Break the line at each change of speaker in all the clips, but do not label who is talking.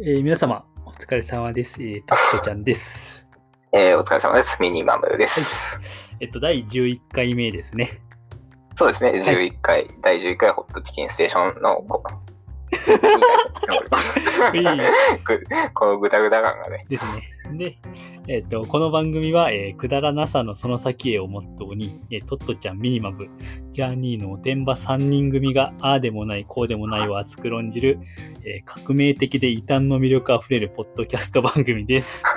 えー皆様、お疲れ様です。えー、タクトちゃん です。
えーお疲れ様です。ミニマムです。
えっと、第11回目です ね。
そうですね、
い
11回、第11回ホットチキンステーションのこ
いい
ぐこのグダグダ感がね、
ですね。で、えっと、この番組は、えーくだらなさのその先へをモットーに、えートットちゃんミニマム、ジャーニーのおてんば3人組が、ああでもない、こうでもないを熱く論じる、えー革命的で異端の魅力あふれるポッドキャスト番組 です。さ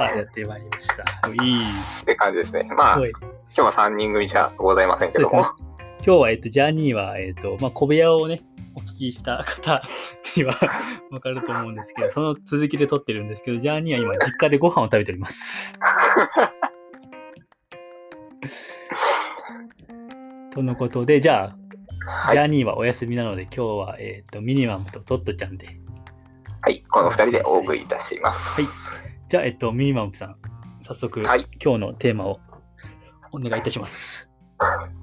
あ、やってまいりました。い
って感じですね。まあ、
い。
今日は3人組じゃございませんけども、
今日は、えっと、ジャーニーは、えっと、まあ、小部屋をね、お聞きした方には わかると思うんですけど、その続きで撮ってるんですけど、ジャーニーは今、実家でご飯を食べており ます。とのことで、じゃあ、
は
ジャ
い、
ーニーはお休みなので、今日は、えっと、ミニマムとトットちゃんで。
はい、この2人でお送りいたしま
は
す。
い。じゃあ、えっと、ミニマムさん、早速、
はい
今日のテーマをお願いいたします。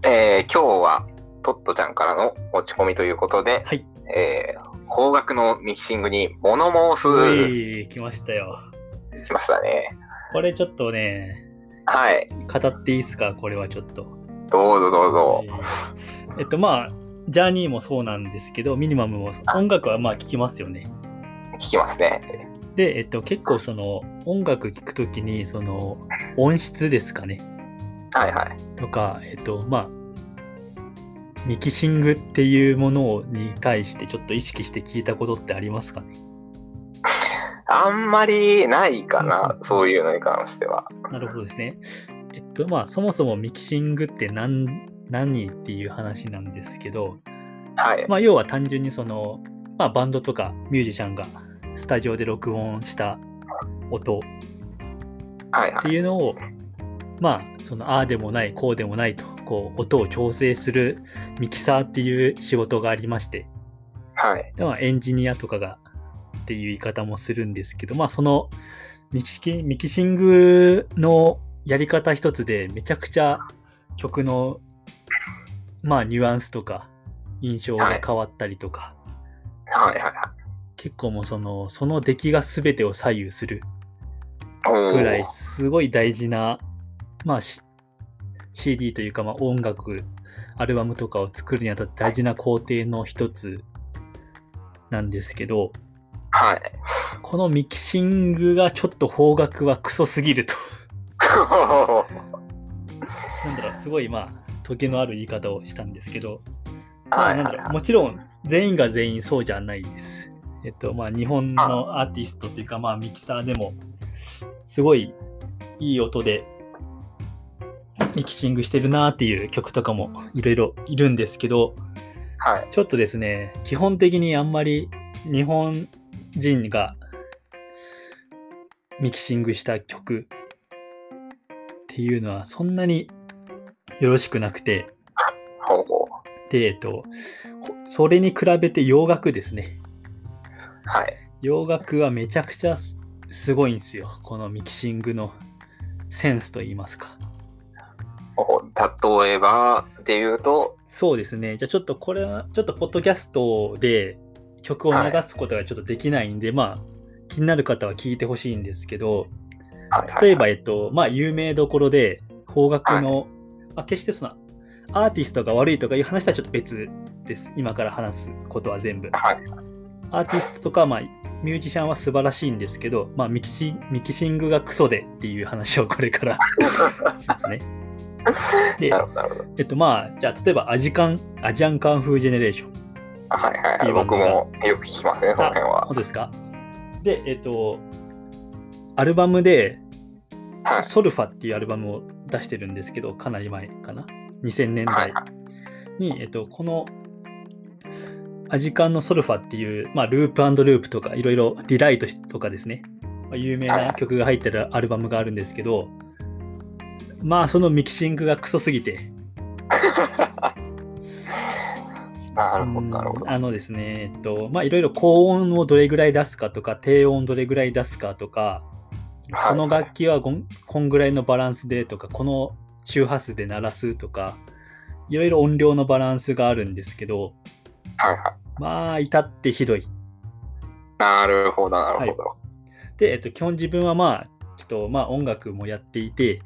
えー今日はトットちゃんからの落ち込みということで、
はい。
えー方角のミキシングに物申
えい、来ましたよ。
す、きましたね。
これちょっとね、
はい、
語っていいですかこれはちょっと。
どうぞどうぞ。
えっとまあジャーニーもそうなんですけどミニマムも音楽はまあ聴きますよね。
聞きますね。
で、えっと、結構その音楽聴くときにその音質ですかね
はいはい。
とか、えっとまあミキシングっていうものに対してちょっと意識して聞いたことってありますかね
あんまりないかな
う、ん
そういうのに関しては。
なるほどですね。えっとまあそもそもミキシングって何何っていう話なんですけど、
はい。
まあ、要は単純にその、まあ、バンドとかミュージシャンがスタジオで録音した音っ
はいは
て
い。
いうのを、まあ、そのああでもないこうでもないとこう音を調整するミキサーっていう仕事がありまして
はい。
でまあエンジニアとかがっていう言い方もするんですけど、まあ、そのミキシミキシングのやり方一つでめちゃくちゃ曲の、まあ、ニュアンスとか印象が変わったりとか。
はいはいはい。
結構もうそのその出来が全てを左右する
おー
ぐらいすごい大事な、まあ、し CD というかまあ音楽アルバムとかを作るにあたって大事な工程の一つなんですけど
はい。
このミキシングがちょっと方角はクソすぎると なんだろうすごいまあ時計のある言い方をしたんですけど、ま
は
あ、
い
なんだ
はい
ろう
はい。
もちろん全員が全員そうじゃないです。えっとまあ、日本のアーティストというか、まあ、ミキサーでもすごいいい音でミキシングしてるなーっていう曲とかもいろいろいるんですけど
はい。
ちょっとですね基本的にあんまり日本人がミキシングした曲っていうのはそんなによろしくなくて。
ほうほう。
で、えっと、ほそれに比べて洋楽ですね。
はい。
洋楽はめちゃくちゃすすごいんですよ。このミキシングのセンスといいますか。
ほうほう例えばで言うと、
そうですね。じゃあちょっとこれは、ちょっとポッドキャストで曲を流すことがちょっとできないんで、まあ、気になる方は聞いてほしいんですけど、
はいはい
例えば、えっと、まあ、有名どころで、邦楽の、まあ、決してその、アーティストが悪いとかいう話とはちょっと別です。今から話すことは全部。
はい。
アーティストとか、まあ、ミュージシャンは素晴らしいんですけど、まあ、ミキシミキシングがクソでっていう話をこれからしますね。で
な、るほどなるほど。
えっとまあ、じゃあ例えばアジカン、アジアンカン風ジェネレーション。
はいはい
って
はいい。
うのが
僕もよく聞きますね、その辺は
本当。ですかで、えっと、アルバムで、
はい
ソルファっていうアルバムを出してるんですけど、かなり前かな。2000年
は
代
いは
に、えっと、このアジカンのソルファっていう、まあ、ループループとかいろいろリライトとかですね、まあ有名な曲が入ってるアルバムがあるんですけど、まあそのミキシングがクソすぎて、
なるほどなるほ
うん
ど。
あのですね、えっと、まあいろいろ高音をどれぐらい出すかとか、低音どれぐらい出すかとか、
はい
この楽器はこんこんぐらいのバランスでとか、この周波数で鳴らすとか、いろいろ音量のバランスがあるんですけど、
はいはい。
まあ、至ってひどい。
なるほど、なるほど。
で、えっと、基本自分はまあ、ちょっとまあ音楽もやっていて、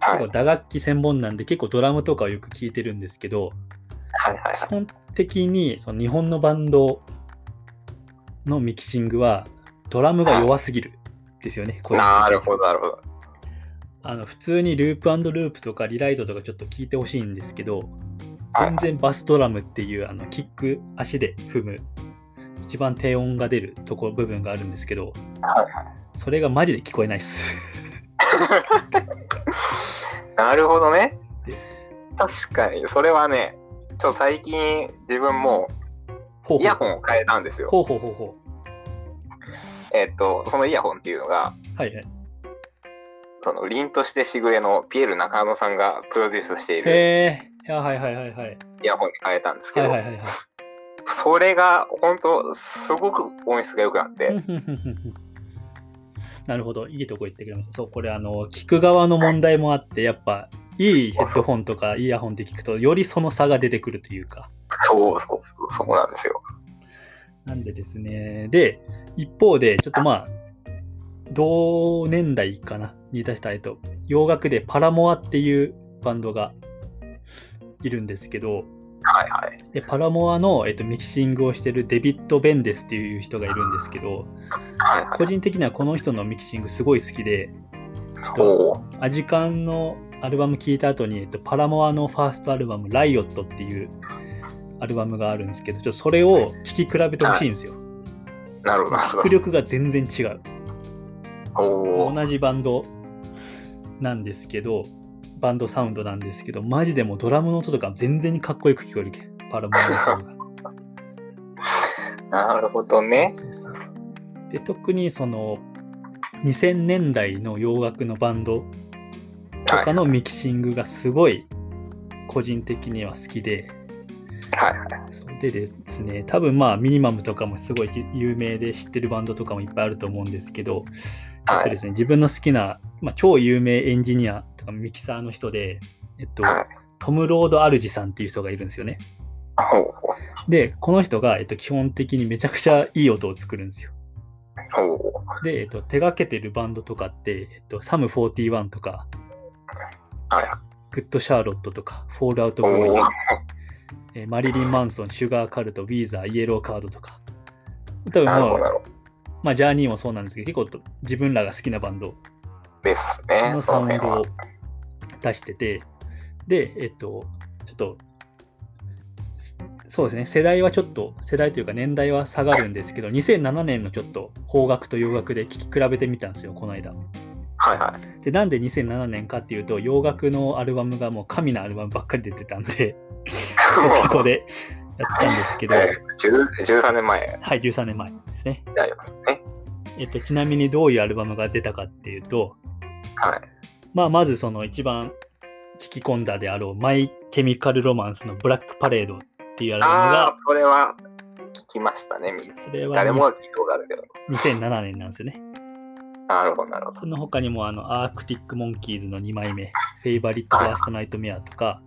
はい
結、構打楽器専門なんで結構ドラムとかをよく聴いてるんですけど、
はい、はいはい
基。本的にその日本のバンドのミキシングはドラムが弱すぎるですよね。個人的に
なるほど、なるほど。
あの普通にループループとかリライトとかちょっと聞いてほしいんですけど、
はい
全然バスドラムっていうあのキック足で踏む一番低音が出るところ部分があるんですけど、
はい
それがマジで聞こえないです。
なるほどね
です。
確かに、それはね、ちょっと最近自分も
ほう
イヤホンを変えたんですよ。
ほうほうほうほ
えっと、そのイヤホンっていうのが、
う。はいはい。
その凛としてしぐれのピエール中野さんがプロデュースしている
へえ。はいはいはいはい。
イヤホンに変えたんですけ
は
ど、
いはいはいはい。
それが本当すごく音質が良くなって、
うんうんうんうんうん なるほど、いいとこ言ってくれました。そう、これ、あの、聞く側の問題もあって、やっぱ、いいヘッドホンとかイヤホンで聞くと、よりその差が出てくるというか。
そうそうそうそうなんですよ。
なんでですね。で、一方で、ちょっとまあ、同年代かな、に出したいと、洋楽でパラモアっていうバンドがいるんですけど、
はいはい。
でパラモアの、えっと、ミキシングをしてるデビッド・ベンデスっていう人がいるんですけど、
はいはい。
個人的にはこの人のミキシングすごい好きで、
おー
アジカンのアルバム聴いた後に、えっと、パラモアのファーストアルバム「ライオット」っていうアルバムがあるんですけどちょっとそれを聴き比べてほしいんですよ。
なるほど。なるほ
迫力が全然違う。
どおー
同じバンドなんですけどバンドサウンドなんですけどマジでもうドラムの音とか全然かっこよく聞こえるけんパラモアの 方が。
なるほどね。
そうそうそう。で特にその2000年代の洋楽のバンドと
はい
かのミキシングがすごい個人的には好きで、
はいはい。
そうでですね、多分まあミニマムとかもすごい有名で知ってるバンドとかもいっぱいあると思うんですけど、
はい
えっとですね、自分の好きな、まあ、超有名エンジニアとかミキサーの人で、えっと
はい
トム・ロード・アルジさんっていう人がいるんですよね。
おー
で、この人が、えっと、基本的にめちゃくちゃいい音を作るんですよ。
おー
で、えっと、手がけてるバンドとかって、えっと、サム41とか、
はいはい。
グッド・シャーロットとか、フォールアウト・ボ
お
ーイ
ー、
えーマリリン・マンソン、シュガー・カルト、ウィーザー、イエロー・カードとか、多分
なる
も
ほ
う
ど、なるほど。
まあ、ジャーニーもそうなんですけど、結構と自分らが好きなバンド
ですね。
の
そ
サウ
の
ン
辺
ド
は
を。出してて、で、えっと、ちょっと、そうですね、世代はちょっと、世代というか年代は下がるんですけど、2007年のちょっと邦楽と洋楽で聴き比べてみたんですよ、この間。
はいはい。
で、なんで2007年かっていうと、洋楽のアルバムがもう神のアルバムばっかり出てたんで、でそこでやったんですけど、
えー、10 13年前
はい、13年前ですね。
になりますね。
えっと、ちなみにどういうアルバムが出たかっていうと、
はい。
まあ、まずその一番聞き込んだであろう、マイ・ケミカル・ロマンスのブラック・パレードっていうアル
ああ
バ
ー、それは聞きましたね、みんな
ム。が、それは
誰もが聞いたことあるけど。
2007年なんですよね。
なるほど、なるほど。
その他にもあの、アークティック・モンキーズの2枚目、フェイバリット・ワースト・ナイト・メアとか、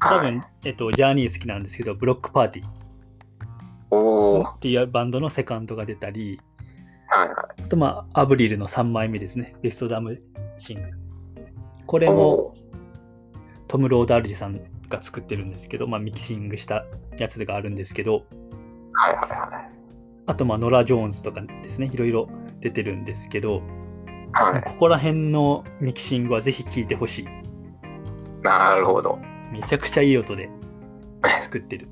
あと多分、えっと、ジャーニー好きなんですけど、ブロック・パーティ
おお、
ー
は
っていうバンドのセカンドが出たり、
いはい。
あとまあ、アブリルの3枚目ですね、ベストダムシングル。これも
お
トム・ローダルジさんが作ってるんですけど、まあ、ミキシングしたやつがあるんですけど、
ーはいはいは
あと、まあ、ノラ・ジョーンズとかですね、いろいろ出てるんですけど、
い。はい。
ここら辺のミキシングはぜひ聴いてほしい。
なるほど。
めちゃくちゃいい音で作ってる。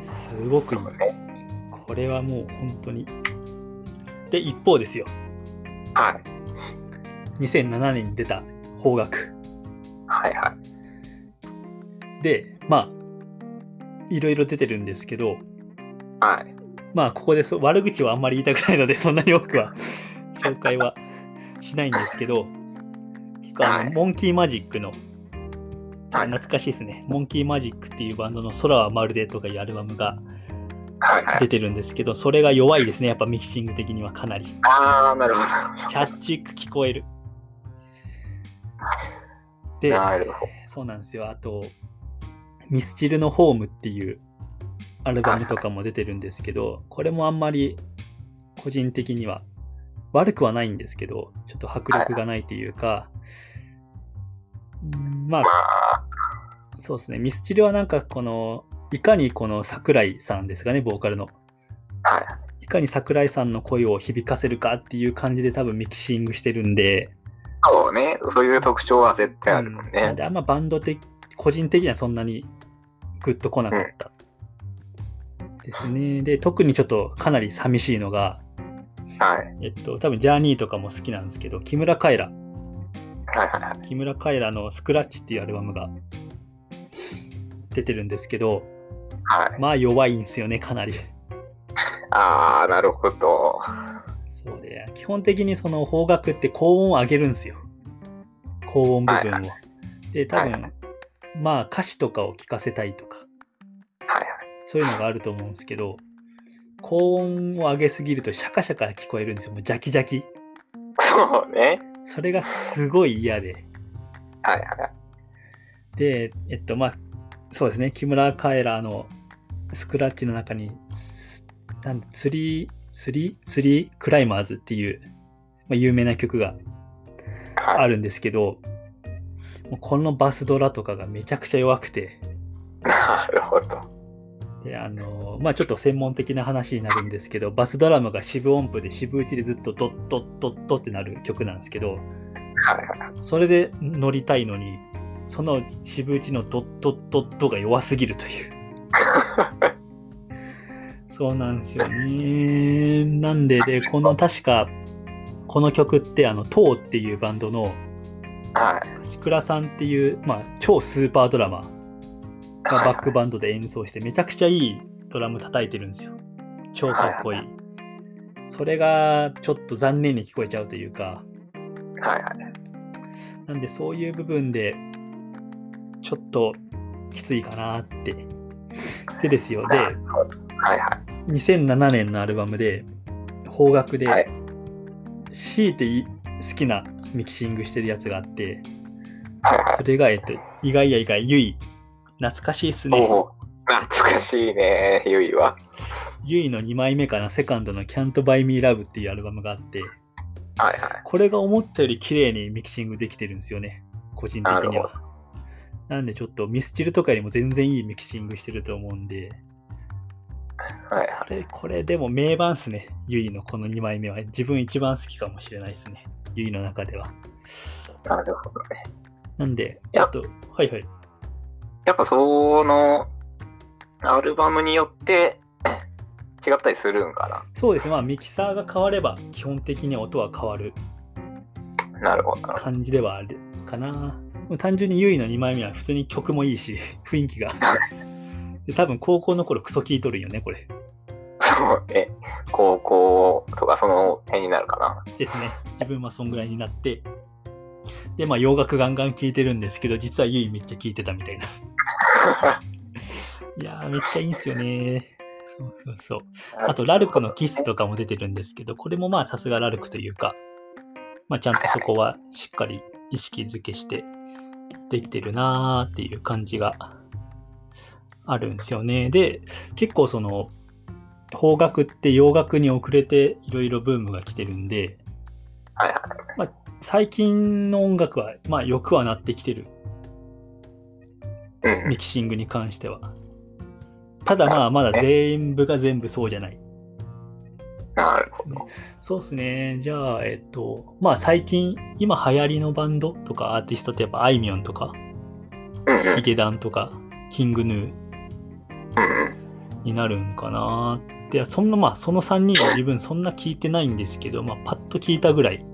すごくいい。
ね
これはもう本当に。で、一方ですよ。
はい。
2007年に出た邦楽。
はいはい。
で、まあ、いろいろ出てるんですけど、
はい。
まあ、ここでそ悪口はあんまり言いたくないので、そんなに多く は紹介はしないんですけど、結構あ
は
の、
い
モンキーマジックの、
はい
懐かしいですね、モンキーマジックっていうバンドの空はまるでとかいうアルバムが
はいは
出
い。
てるんですけど、それが弱いですね、やっぱミキシング的にはかなり。
ああ、なるほどなるほ
チャッチック聞こえる。
ど。
で、
なるほど。
そうなんですよ、あと、ミスチルのホームっていうアルバムとかも出てるんですけど、これもあんまり個人的には悪くはないんですけど、ちょっと迫力がないというか、うんま
ま
あ、
あ、
そうですね、ミスチルはなんかこの、いかにこの桜井さんですかね、ボーカルの。
はい。
いかに桜井さんの声を響かせるかっていう感じで多分ミキシングしてるんで、
そうね、そういう特徴は絶対あるもん
うんなん
ね。
であんまバンド的、個人的にはそんなにグッと来なかった。ですね。で、特にちょっとかなり寂しいのが、
はい。
えっと、多分ジャーニーとかも好きなんですけど、木村カエラ。
はいはいはい。
木村カエラのスクラッチっていうアルバムが出てるんですけど、
はい、
まあ弱いんですよね、かなり。
ああ、なるほど。
そうで、基本的にその方角って高音を上げるんですよ。高音部分を。
はい
で、多分、
はいは
まあ歌詞とかを聞かせたいとか、
はい
そういうのがあると思うんですけど、高音を上げすぎるとシャカシャカ聞こえるんですよ。もうジャキジャキ。
はい。そうね。
それがすごい嫌で。
はいはい。
で、えっと、まあ、そうですね、木村カエラのスクラッチの中に、すなんツリー、ツリー、ツリークライマーズっていう、まあ、有名な曲が
は
あ
い、
るんですけど、もうこのバスドラとかがめちゃくちゃ弱くて、
なるほど。
であのまあ、ちょっと専門的な話になるんですけど、バスドラムが四分音符で四分打ちでずっとドッドッドッドってなる曲なんですけど、
はいはい。
それで乗りたいのに、その四分打ちのドッドッドッドが弱すぎるという。そうなんですよね。なんで、で、この確か、この曲って、あの、トーっていうバンドの、
はい。
シクラさんっていう、まあ、超スーパードラマーがバックバンドで演奏して、めちゃくちゃいいドラム叩いてるんですよ。超かっこいい。それが、ちょっと残念に聞こえちゃうというか、
はいはい。
なんで、そういう部分で、ちょっときついかなって。でですよ。で、
なるほどはいはい。
2007年のアルバムで邦楽で、
はい
強いてい好きなミキシングしてるやつがあって
はいはい
それがえっと意外や意外ゆい懐かしいっすね
おお、懐かしいね、ゆいは。
ゆいの2枚目かなセカンドの「Can't Buy Me Love」っていうアルバムがあって
はいはい。
これが思ったより綺麗にミキシングできてるんですよね個人的に
なるほ
はなんでちょっとミスチルとかよりも全然いいミキシングしてると思うんで
はい
これこれでも名盤っすねゆいのこの2枚目は自分一番好きかもしれないですねゆいの中では
なるほどね。
なんで、
い
ちょ
や
っと、はいはい。
やっぱそのアルバムによって違ったりするんか
そうですね、まあ、ミキサーが変われば、基本的に音は変わる
な。なるほど。なるほ
感じではあるかな。でも単純にユイの2枚目は普通に曲もいいし、 雰囲気が。で多分高校の頃クソ聴いとるんよね、これ。
どそうね。高校とかその辺になるかな。
ですね。自分はそんぐらいになって。で、まあ洋楽ガンガン聴いてるんですけど、実はユイめっちゃ聴いてたみたいな。いやー、めっちゃいいんすよね。そうそうそう。 あと、ラルクのキッスとかも出てるんですけど、これもまあさすがラルクというか、まあ、ちゃんとそこはしっかり意識づけしてできてるなーっていう感じがあるんですよね。で、結構その、邦楽って洋楽に遅れていろいろブームが来てるんで、
はいはい
まあ、最近の音楽は、まあ、よくはなってきてる
うん。
ミキシングに関しては。ただまあ、まだ全部が全部そうじゃない。
なるほど。
そうですね。じゃあ、えっと、まあ最近、今流行りのバンドとかアーティストってやっぱあいみょんとか、
うんうん。
ヒゲダンとか、キングヌー
うんうん。
になるんかなって、そんなまあその3人は自分そんな聞いてないんですけど、まあパッと聞いたぐらい。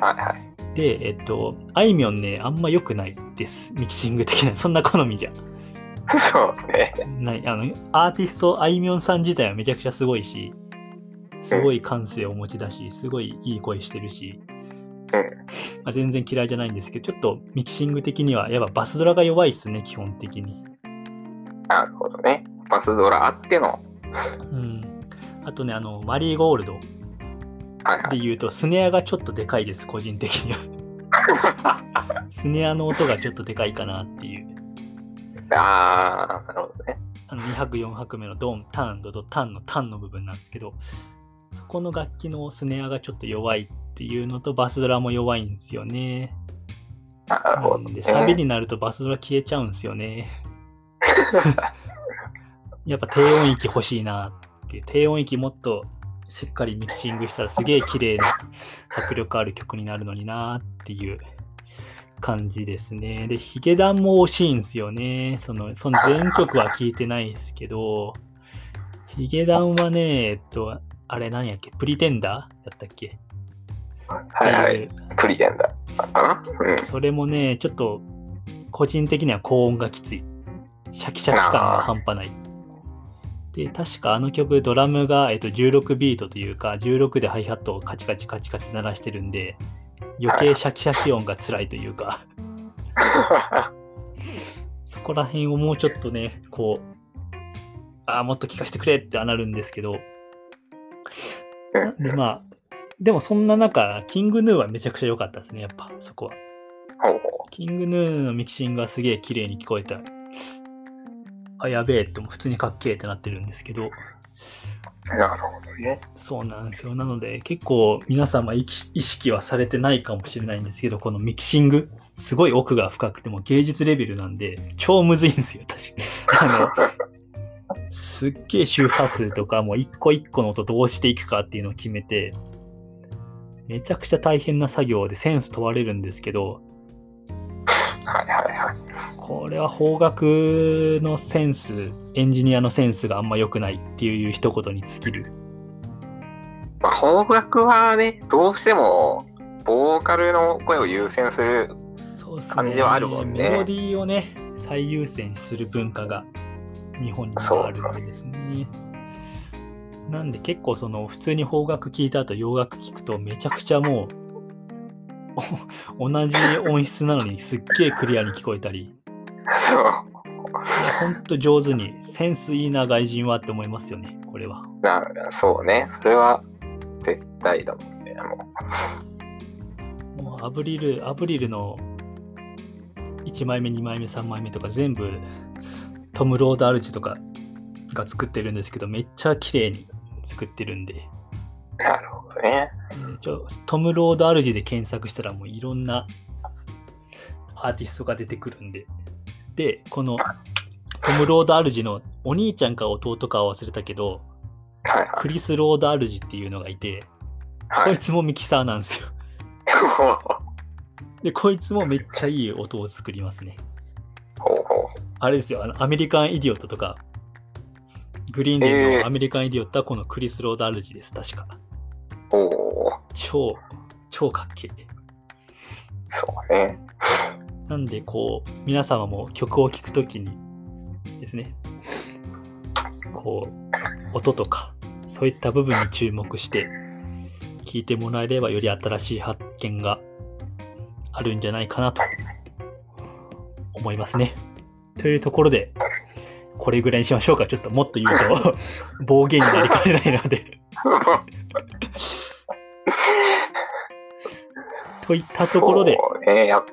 はいはい。
で、えっと、あいみょんね、あんま良くないです。ミキシング的な、そんな好みじゃ
そうね。
ない。あの、アーティスト、あいみょんさん自体はめちゃくちゃすごいし、すごい感性をお持ちだし、すごいいい声してるし、
うん。
まあ、全然嫌いじゃないんですけど、ちょっとミキシング的には、やっぱバスドラが弱いっすね、基本的に。
なるほどね。パスドラあっての。
うん。あとね、あの、マリーゴールド
はいは
で
い。
言うと、スネアがちょっとでかいです、個人的には。スネアの音がちょっとでかいかなっていう。
ああ、なるほどね。
あの2拍4拍目のドン、タン、ドド、タンのタンの部分なんですけど、そこの楽器のスネアがちょっと弱いっていうのと、バスドラも弱いんですよね。
なる
な
ほ
ん
ど、
で、
ね。
サビになるとバスドラ消えちゃうんですよね。 やっぱ低音域欲しいなっていう、低音域もっとしっかりミキシングしたらすげえ綺麗な迫力ある曲になるのになっていう感じですね。で、ヒゲダンも惜しいんですよね。その、その全曲は聴いてないですけど、ヒゲダンはね、えっと、あれなんやっけ、プリテンダーだったっけ
はいはい。プリテンダーかなうん。
それもね、ちょっと個人的には高音がきつい。シャキシャキ感が半端ない。で、確かあの曲、ドラムが、えっと、16ビートというか、16でハイハットをカチカチカチカチ鳴らしてるんで、余計シャキシャキ音が辛いというか、そこら辺をもうちょっとね、こう、ああ、もっと聞かせてくれってはなるんですけど、で、まあ、でもそんな中、キングヌーはめちゃくちゃ良かったですね、やっぱ、そこは。
ほうほ
キングヌーのミキシングがすげえ綺麗に聞こえた。あ、やべえって、もう普通にかっけえってなってるんですけど、
うなるほどね。
そうなんですよ。なので、結構皆様意識意識はされてないかもしれないんですけど、このミキシング、すごい奥が深くてもう芸術レベルなんで、超むずいんですよ、確かあの、すっげえ周波数とか、もう一個一個の音どうしていくかっていうのを決めて、めちゃくちゃ大変な作業でセンス問われるんですけど、
はいはいはい。
これは方角のセンスエンジニアのセンスがあんま良くないっていう一言に尽きる
まあ、方角はね、どうしても、ボーカルの声を優先する。
そうですね
感じはあるもんね
メロディーをね最優先する文化が日本にはあるわけですねなんで結構その普通に方角聞いた後洋楽聞くとめちゃくちゃもうお同じ音質なのにすっげえクリアに聞こえたり
そう。
いやほんと上手にセンスいいな外人はって思いますよねこれは
なそうね。それは、絶対だもんね。も
もうアブリル、アブリルの1枚目、2枚目、3枚目とか全部トム・ロード・アルチとかが作ってるんですけど、めっちゃ綺麗に作ってるんで、
うなるほどね。
えーちょトム・ロード・アルチで検索したらもういろんなアーティストが出てくるんで、で、このトム・ロード・アルジのお兄ちゃんか弟かは忘れたけど、
はいは
クリス・ロード・アルジっていうのがいて、
い。は
こい
い。
つもミキサーなんですよ。
ほ
で、こいつもめっちゃいい音を作りますね。
うほ
あれですよ、あのアメリカン・イディオットとか、グリーンデイ
え
の
ー
アメリカン・イディオットはこのクリス・ローダルジです、確か。
う。おー
超、超かっけえ。
そうね。
なんで、こう、皆様も曲を聴くときにですね、こう、音とか、そういった部分に注目して、聴いてもらえれば、より新しい発見があるんじゃないかなと思いますね。というところで、これぐらいにしましょうか。ちょっともっと言う と、暴言になりかねないので。といった ところで、
そうね。やっ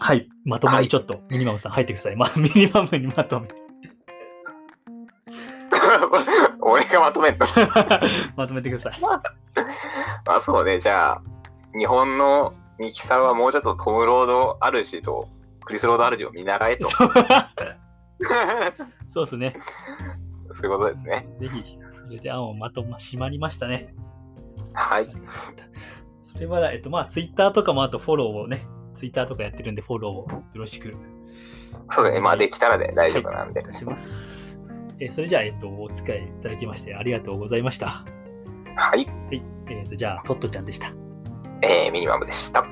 はい、まとめにちょっと、ミニマムさん入ってください。ま、ミニマムにまとめ。
俺がまとめた。
まとめてください。
まあそうね、じゃあ、日本のミキサーはもうちょっとトム・ロード・アルジとクリス・ロード・アルジを見習えと。
そうそうですね。
そういうことですね。
ぜひ、それで案をまとま、しまりましたね。
はい。
それまだ、えっと、まあ、ツイッターとかもあとフォローをね、ツイッターとかやってるんで、フォローをよろしく
そうだね、まあできたらで大丈夫なんで。
お願いいたします。えーそれじゃあ、えっと、お付き合いいただきまして、ありがとうございました。
はい。
はい。えっと、じゃあ、トットちゃんでした。
えー、ミニマムでした。